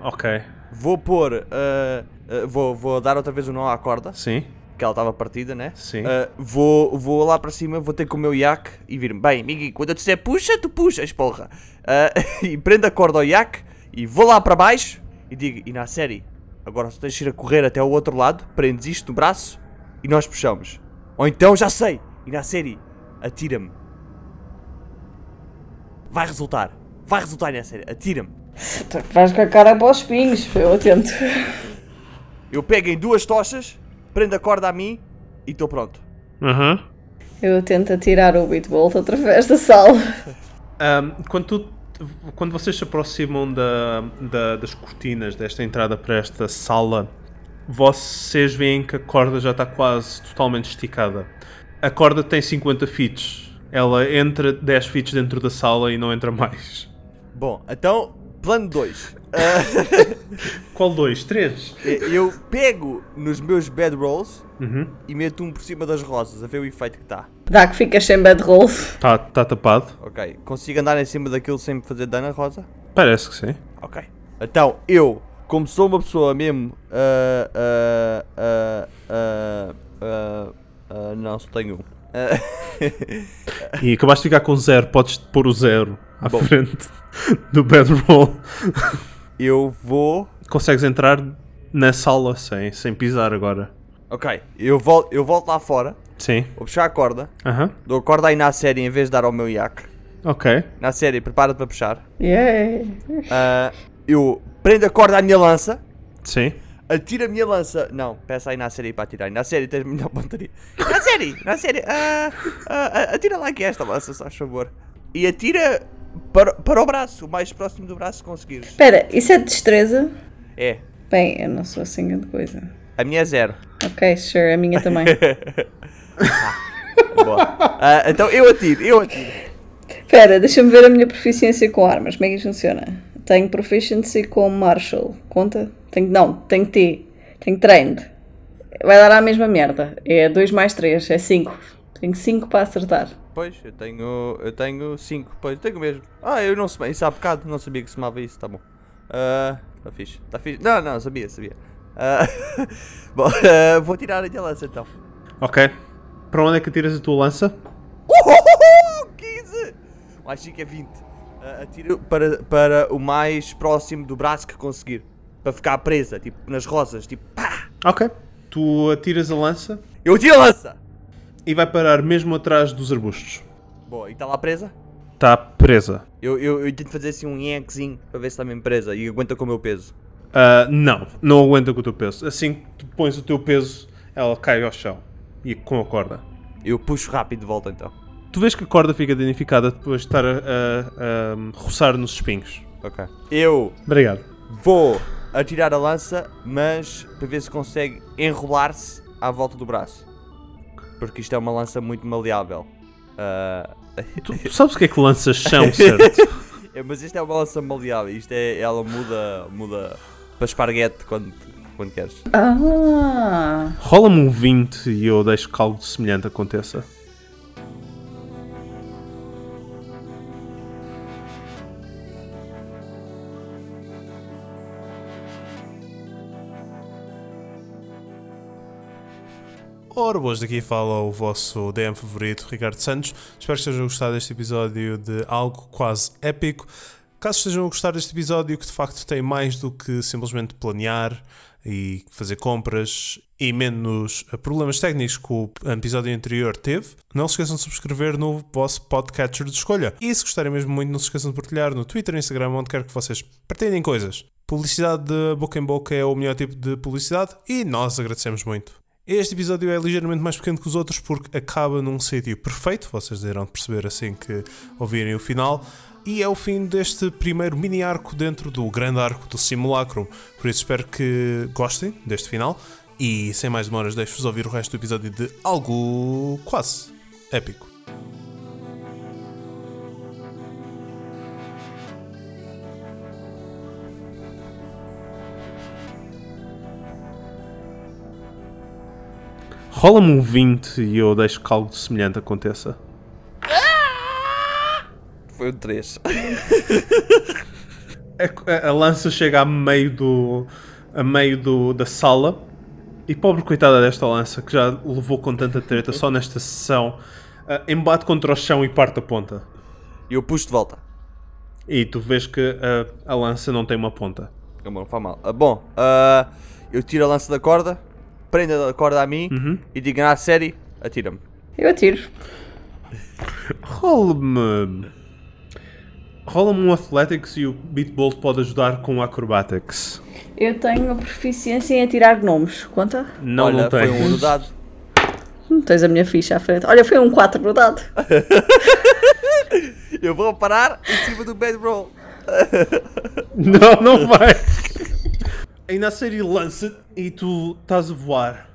Ok.
Vou pôr. ah, ah, vou, vou dar outra vez o nó à corda,
Sim.
que ela estava partida, né?
Sim.
Ah, vou, vou lá para cima, vou ter com o meu iac e vir-me. Bem, Migui, quando eu te disser puxa, tu puxas, porra. Ah, e prendo a corda ao iac e vou lá para baixo e digo: e na série, agora só tens de ir a correr até ao outro lado, prendes isto no braço e nós puxamos. Ou então já sei, e na série, atira-me. Vai resultar, vai resultar, na série, atira-me.
Tu Vais com a cara para os espinhos, eu atento.
Eu pego em duas tochas, prendo a corda a mim e estou pronto.
Aham.
Eu tento atirar o Bitbolt através da sala.
Ahm, quando, tu- quando vocês se aproximam da- da- das cortinas desta entrada para esta sala, vocês veem que a corda já está quase totalmente esticada. A corda tem 50 feet. Ela entra 10 feet dentro da sala e não entra mais.
Bom, então, plano 2.
Qual dois? Três?
Eu pego nos meus bedrolls
Uhum.
e meto um por cima das rosas, a ver o efeito que está.
Dá que ficas sem bedroll.
Está tapado?
Ok, consigo andar em cima daquilo sem me fazer dano à rosa?
Parece que sim.
Ok. Então, eu, como sou uma pessoa mesmo. ah, ah, ah, ah, ah, ah, não, só tenho um. Ah,
E acabaste de ficar com zero. Podes pôr o zero à
Bom.
frente do bedroll.
Eu vou.
Consegues entrar na sala sem, sem pisar agora.
Ok, eu volto, eu volto lá fora,
Sim.
vou puxar a corda,
Aham.
dou a corda aí na série em vez de dar ao meu iac.
Ok.
Na série, prepara-te para puxar.
Yeah.
Ah, eu prendo a corda à minha lança,
Sim.
atiro a minha lança. Não, peça aí na série para atirar. Na série tens melhor pontaria. Na série, na série, ah, ah, ah, atira lá que esta lança, se faz favor. E atira para, para o braço, o mais próximo do braço que conseguires.
Espera, isso é de destreza?
É,
Bem, eu não sou assim grande coisa.
a minha é zero.
Ok, sure, a minha também.
Boa. Ah, então eu atiro, eu atiro.
Espera, deixa-me ver a minha proficiência com armas. Como é que isto funciona? Tenho proficiency com martial. Conta? Tenho, não, tenho T. Tenho trained. Vai dar à mesma merda. É 2 mais 3, é 5. Tenho 5 para acertar.
Pois, eu tenho. Eu tenho 5, pois, eu tenho mesmo. Ah, eu não sei. Isso há bocado, não sabia que se chamava isso, tá bom. Ah, tá fixe, tá fixe. Não, não, sabia, sabia. Ah, bom, ah, vou tirar a minha lança então.
Ok. Para onde é que tiras a tua lança?
Uhuhuhu, 15! Mais chique é 20. Ah, atiro para, para o mais próximo do braço que conseguir. Para ficar presa, tipo, nas rosas, tipo, pá!
Ok. Tu atiras a lança
Eu tiro a lança!
e vai parar mesmo atrás dos arbustos.
Boa, e está lá presa?
Está presa.
Eu, eu, eu tento fazer assim um yankzinho para ver se está mesmo presa e aguenta com o meu peso.
Ah, não, não aguenta com o teu peso. Assim que tu pões o teu peso, ela cai ao chão. E com a corda.
Eu puxo rápido de volta então.
Tu vês que a corda fica danificada depois de estar a, a- a roçar nos espinhos.
Ok. Eu
Obrigado.
vou atirar a lança, mas para ver se consegue enrolar-se à volta do braço. Porque isto é uma lança muito maleável. Ah,
Tu, tu sabes o que é que lanças chão, certo?
é, mas isto é uma lança maleável. Isto é. Ela muda. muda para esparguete quando, quando queres.
Ah!
Rola-me um 20 e eu deixo que algo semelhante aconteça. Ora, boas, daqui fala o vosso DM favorito, Ricardo Santos. Espero que estejam a gostar deste episódio de algo quase épico. Caso estejam a gostar deste episódio, que de facto tem mais do que simplesmente planear e fazer compras e menos problemas técnicos que o episódio anterior teve, não se esqueçam de subscrever no vosso podcatcher de escolha. E se gostarem mesmo muito, não se esqueçam de partilhar no Twitter, Instagram, onde quer que vocês pretendem coisas. Publicidade de boca em boca é o melhor tipo de publicidade e nós agradecemos muito. Este episódio é ligeiramente mais pequeno que os outros porque acaba num sítio perfeito, vocês irão perceber assim que ouvirem o final, e é o fim deste primeiro mini arco dentro do grande arco do simulacro. Por isso espero que gostem deste final e sem mais demoras deixo-vos ouvir o resto do episódio de algo quase épico. Rola-me um 20 e eu deixo que algo semelhante aconteça.
Foi um 3.
A, É a- a lança chega a meio do. a meio do, da sala. E pobre coitada desta lança que já levou com tanta treta só nesta sessão. ah, embate contra o chão e parte a ponta.
Eu puxo de volta.
E tu vês que a, a lança não tem uma ponta.
Não, não faz mal. Ah, bom, ah, eu tiro a lança da corda, prendo a corda a mim
Uhum.
e digo na série, atira-me.
Eu atiro.
Rola-me. Rola-me um Athletics e o Beatbolt pode ajudar com o Acrobatics.
Eu tenho a proficiência em atirar nomes. Conta?
Não,
Olha,
não tem.
foi um no dado.
Não tens a minha ficha à frente. Olha, foi um 4 no dado.
Eu vou parar em cima do bedroll.
Não, não vai. Ainda a série lança e tu estás a voar.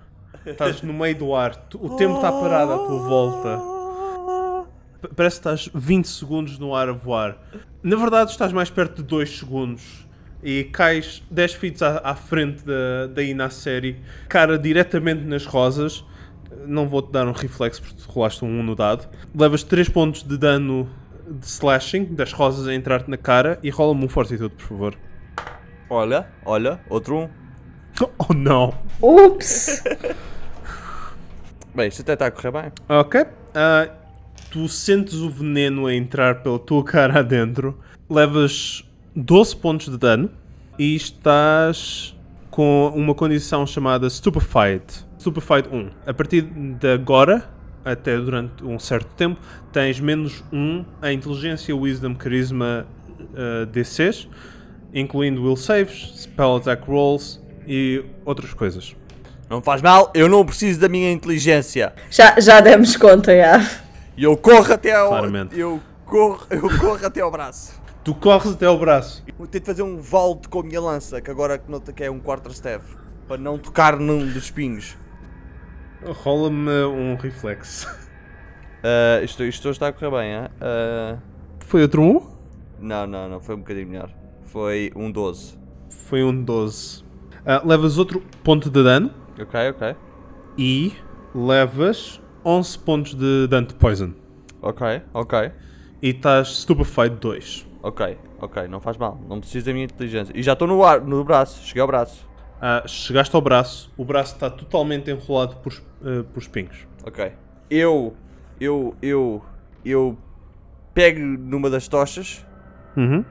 Estás no meio do ar. Tu- O tempo está parado à tua volta. P- Parece que estás 20 segundos no ar a voar. Na verdade, estás mais perto de 2 segundos. E cais 10 feet à, à frente da, da Inasseri, cara diretamente nas rosas. Não vou-te dar um reflexo porque tu rolaste um 1 no dado. Levas 3 pontos de dano de slashing das rosas a entrar-te na cara e rola-me um fortitude, por favor.
Olha, olha, outro um.
Oh não!
Ups!
Bem, isto até está a correr bem.
Ok. Ah, tu sentes o veneno a entrar pela tua cara adentro. Levas 12 pontos de dano. e estás com uma condição chamada Stupefied. Stupefied 1. A partir de agora, até durante um certo tempo, tens menos 1 a inteligência, wisdom, carisma eh, DCs, incluindo will saves, spell attack rolls e outras coisas.
Não faz mal, eu não preciso da minha inteligência.
Já, já demos conta, já.
E eu corro até ao.
Claramente.
Eu corro, eu corro até ao braço.
Tu corres até ao braço.
Vou ter de fazer um vault com a minha lança, que agora que, não, que é um quarter step, para não tocar num dos espinhos.
Rola-me um reflexo.
Ah, isto, isto está a correr bem, é? Ah,
Foi outro 1?
não, não, não, foi um bocadinho melhor. Foi um 12.
Foi um 12. Ah, levas outro ponto de dano
Ok, ok.
e levas 11 pontos de dano de poison.
Ok, ok.
E estás stupefied 2.
Ok, ok, não faz mal. Não preciso da minha inteligência. E já estou no ar, no braço. Cheguei ao braço.
Ah, chegaste ao braço, o braço está totalmente enrolado por, eh, por espinhos.
Ok. Eu, eu, eu, eu pego numa das tochas,
Uhum.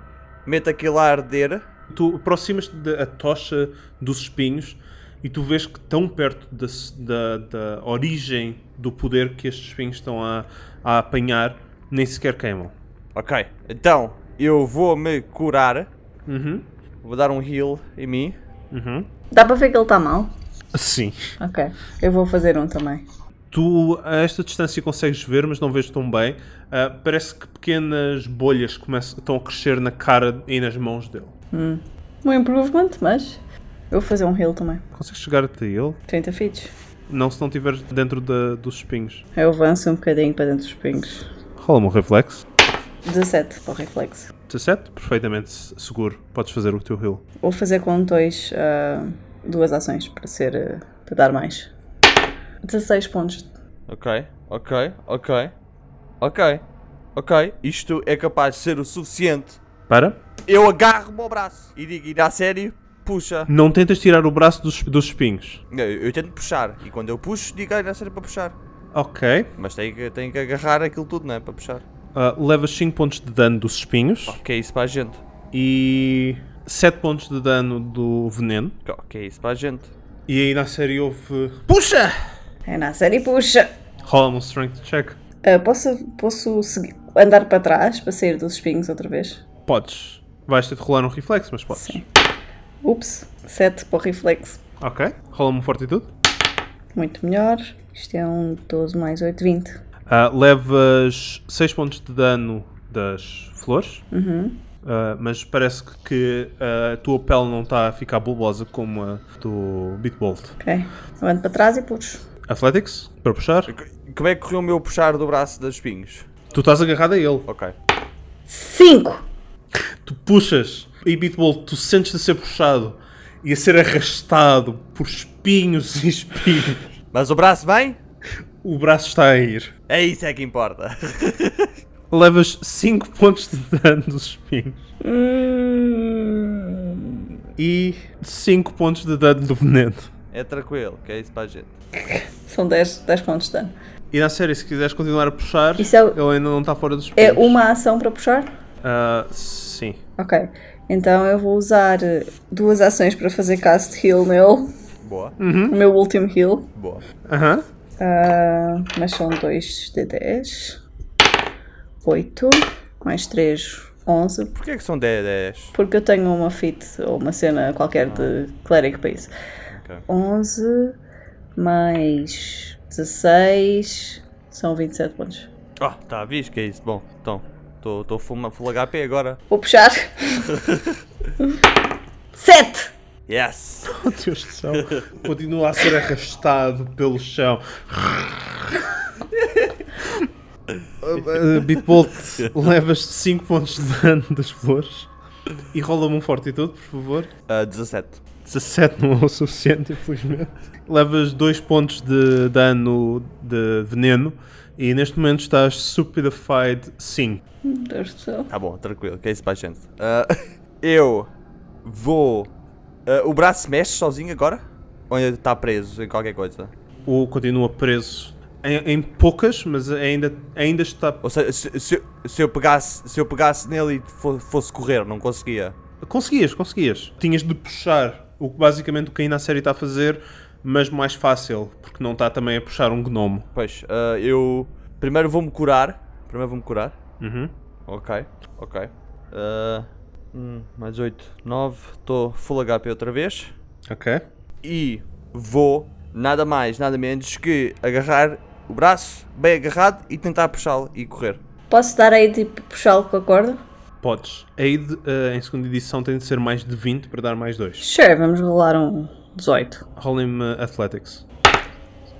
meto aquilo a arder.
Tu aproximas-te da a tocha dos espinhos e tu vês que tão perto da, s- da, da origem do poder que estes espinhos estão a, a apanhar, nem sequer queimam.
Ok, então eu vou me curar.
Uhum.
Vou dar um heal em mim.
Uhum.
Dá para ver que ele está mal?
Sim.
Ok, eu vou fazer um também.
Tu a esta distância consegues ver, mas não vês tão bem. Ah, parece que pequenas bolhas começam, estão a crescer na cara e nas mãos dele.
Um improvement, mas eu vou fazer um heal também.
Consegues chegar até ele?
30 feet.
Não se não estiveres dentro da- dos espinhos.
Eu avanço um bocadinho para dentro dos pingos.
Rola-me um reflexo.
17 para o reflexo.
17? Perfeitamente se- seguro. Podes fazer o teu heal.
Vou fazer com dois, ah, duas ações para ser ah, para dar mais. 16 pontos.
Ok, ok, ok, ok, ok. Isto é capaz de ser o suficiente.
Para?
Eu agarro-me ao braço e digo, e a sério, puxa.
Não tentas tirar o braço dos, dos espinhos.
Não, Eu, eu tento puxar. E quando eu puxo, digo, ah, dá sério para puxar.
Ok.
Mas tem que, tem que agarrar aquilo tudo, não é? Para puxar.
Ah, levas 5 pontos de dano dos espinhos
Que é isso para a gente.
e 7 pontos de dano do veneno.
Que- Que é isso para a gente.
E aí na série houve. Puxa!
É na série, puxa!
Rola-me um strength check.
Ah, posso posso segui- andar para trás para sair dos espinhos outra vez?
Podes. Vais ter de rolar um reflexo, mas podes.
Sim. Ups, 7 para o reflexo.
Ok. Rola-me um fortitude.
Muito melhor. Isto é um 12 mais 8, 20.
Ah, levas 6 pontos de dano das flores. Ah, mas parece que- que ah, a tua pele não está a ficar bulbosa como a do Bitbolt.
Ok. Eu ando para trás e puxo.
Athletics, para puxar.
Co- Como é que correu o meu puxar do braço dos espinhos?
Tu estás agarrado a ele.
Ok.
5!
Tu puxas e Bitbolt, tu sentes de ser puxado e a ser arrastado por espinhos e espinhos.
Mas o braço vem?
O braço está a ir.
É isso é que importa.
Levas 5 pontos de dano dos espinhos e 5 pontos de dano do veneno.
É tranquilo, que é isso para a gente.
São 10, 10 pontos de dano.
E na série, se quiseres continuar a puxar,
Isso é o-
ele ainda não está fora dos
É
espinhos.
uma ação para puxar?
Ah, sim.
Ok. Então eu vou usar eh, duas ações para fazer cast heal nele.
Boa,
O meu último heal.
boa.
Aham.
Ah, mas são 2 de 10. 8. Mais 3, 11.
Porquê que são 10 10?
Porque eu tenho uma fit ou uma cena qualquer de cleric para isso.
Ok.
11 mais 16 são 27 pontos.
Oh, tá, viste que é isso? Bom, então, estou full, full HP agora.
Vou puxar. 7!
Yes!
Oh, Deus do céu. Continua a ser arrastado pelo chão. Uh, uh, Bitbolt, levas 5 pontos de dano das flores e rola-me um fortitude, por favor.
Ah, 17.
17 não é o suficiente, infelizmente. Levas 2 pontos de dano de veneno e neste momento estás stupidified 5.
Meu Deus do céu.
Tá bom, tranquilo, que é isso para a gente. Ah, eu vou. ah, o braço mexe sozinho agora? Ou ainda está preso em qualquer coisa?
Ou continua preso em, em poucas, mas ainda, ainda está
Ou seja, se, se- se eu, pegasse, se eu pegasse nele e fo- fosse correr, não conseguia.
Conseguias, conseguias. Tinhas de puxar o que basicamente o que ainda a série está a fazer, mas mais fácil, porque não está também a puxar um gnomo.
Pois, ah, eu primeiro vou-me curar. Primeiro vou-me curar.
Uhum.
Ok, ok. Ah, hum, mais 8, 9. Estou full HP outra vez.
Ok.
E vou, nada mais, nada menos que agarrar o braço bem agarrado e tentar puxá-lo e correr.
Posso dar aí tipo puxá-lo com a corda?
Podes. Aid eh, em segunda edição tem de ser mais de 20 para dar mais 2.
Sure, vamos rolar um 18.
Rolem eh, Athletics.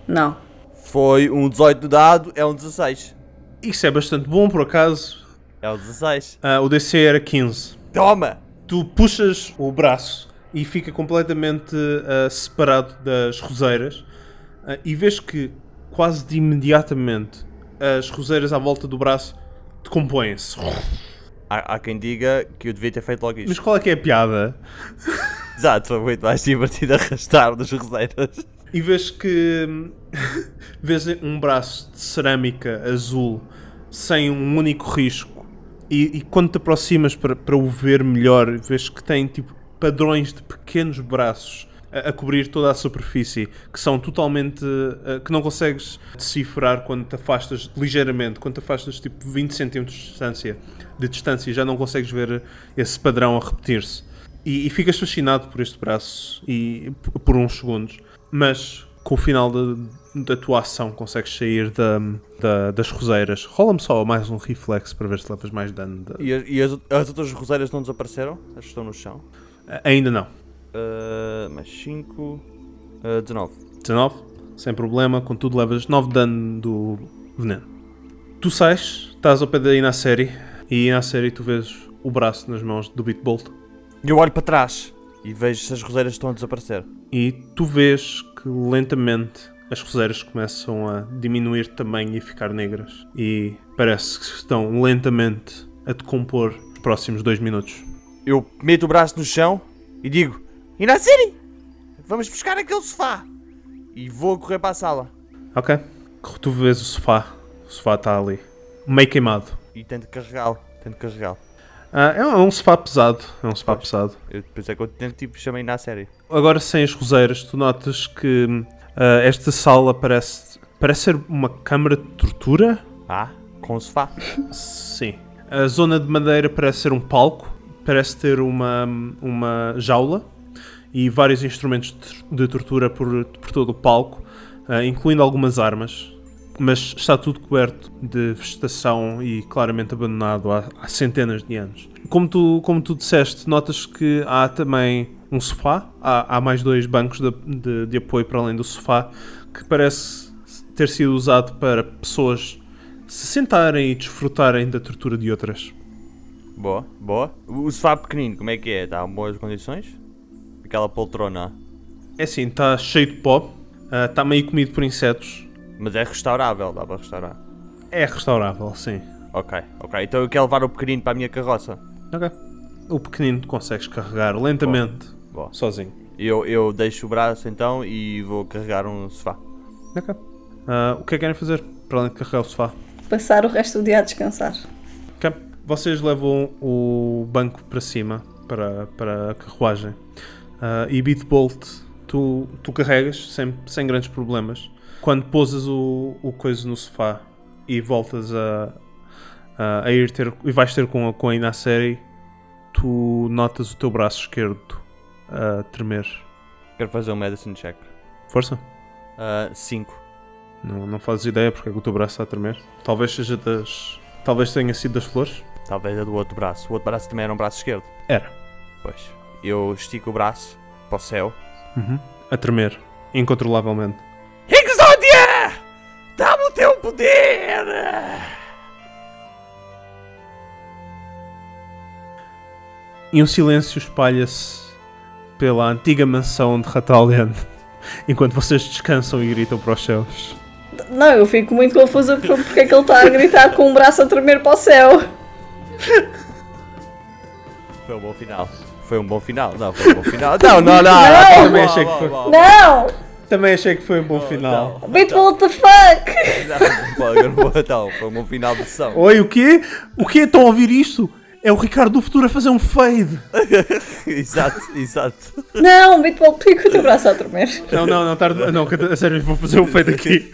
Não.
Foi um 18 do dado, é um 16.
Isso é bastante bom, por acaso.
É um 16.
Ah, o DC era 15.
Toma!
Tu puxas o braço e fica completamente ah, separado das roseiras ah, e vês que quase de imediatamente as roseiras à volta do braço decompõem-se.
Há, há quem diga que eu devia ter feito logo isto.
Mas qual é que é a piada?
Exato, foi muito mais divertido arrastar dos roseiras.
E vês que. hum, vês um braço de cerâmica azul sem um único risco. E, e quando te aproximas para, para o ver melhor, vês que tem tipo padrões de pequenos braços a, a cobrir toda a superfície que são totalmente. uh, que não consegues decifrar quando te afastas ligeiramente, quando te afastas tipo 20 cm de distância, de distância já não consegues ver esse padrão a repetir-se. E, e ficas fascinado por este braço e p- por uns segundos, mas com o final da, da tua ação consegues sair da, da- das roseiras. Rola-me só mais um reflexo para ver se levas mais dano. de-
E, as- e as, as outras roseiras não desapareceram? As que estão no chão?
Ainda não.
Ah, mais Ah, 5. 19.
19, sem problema, contudo levas 9 de dano do veneno. Tu sais, estás ao pé da Inasseri e Inasseri tu vês o braço nas mãos do Bitbolt
E eu olho para trás e vejo se as roseiras estão a desaparecer.
e tu vês que lentamente as roseiras começam a diminuir de tamanho e ficar negras e parece que estão lentamente a decompor nos próximos 2 minutos.
Eu meto o braço no chão e digo: Inaciri! Vamos buscar aquele sofá! E vou correr para a sala.
Ok? Tu vês o sofá, o sofá está ali, meio queimado.
E tento carregá-lo. Tento carregá-lo.
Ah, é um- é um sofá pesado, é um sofá pesado.
Eu pensei que eu tento tipo chamei na série.
Agora sem as roseiras, tu notas que ah, esta sala parece, parece ser uma câmara de tortura?
Ah, com o sofá.
Sim. A zona de madeira parece ser um palco, parece ter uma, uma jaula e vários instrumentos de- de tortura por, por todo o palco, ah, incluindo algumas armas. Mas está tudo coberto de vegetação e claramente abandonado há, há centenas de anos. Como tu, como tu disseste, notas que há também um sofá, há, há mais dois bancos de, de- de apoio para além do sofá, que parece ter sido usado para pessoas se sentarem e desfrutarem da tortura de outras.
Boa, boa. O o sofá pequenino, como é que é? Está em boas condições? Aquela poltrona.
É assim, está cheio de pó, está meio comido por insetos.
Mas é restaurável, dá para restaurar.
É restaurável, sim.
Ok, ok. Então eu quero levar o pequenino para a minha carroça.
Ok. O pequenino consegues carregar lentamente,
Boa.
sozinho.
Eu, eu deixo o braço então e vou carregar um sofá.
Ok. Ah, o que é que querem fazer para além de carregar o sofá?
Passar o resto do dia a descansar.
Ok. Vocês levam o banco para cima, para, para a carruagem. Ah, e Bitbolt, tu, tu carregas sem, sem grandes problemas. Quando pousas o, o coisa no sofá e voltas a, a, a ir ter e vais ter com a, com a Inasseri, tu notas o teu braço esquerdo a tremer.
Quero fazer um medicine check.
Força.
5.
Não, não fazes ideia porque é que o teu braço está a tremer. Talvez seja das. Talvez tenha sido das flores.
Talvez a do outro braço. O outro braço também era um braço esquerdo.
Era.
Pois. Eu estico o braço para o céu.
A tremer. Incontrolavelmente.
Exodia! Dá-me o teu poder!
E um silêncio espalha-se pela antiga mansão de Ratalian, enquanto vocês descansam e gritam para os céus.
Não, eu fico muito confusa por- porque é que ele está a gritar com o braço a tremer para o céu.
Foi um bom final. Foi um bom final. Não, foi um bom final. Não, não, não.
Não!
Ah, Também achei que foi,
Não!
também achei que foi um
Oh,
bom final.
então.
Beat what the fuck!
então. Não, não, não, não, não, não, foi um bom final de sessão.
Oi, o quê? O quê? Estão a ouvir isto? É o Ricardo do futuro a fazer um fade.
exato, exato.
Não, Bitbolt, põe com o teu braço a tremer.
Não, não, não, tarde. Não, a sério, vou fazer um fade aqui.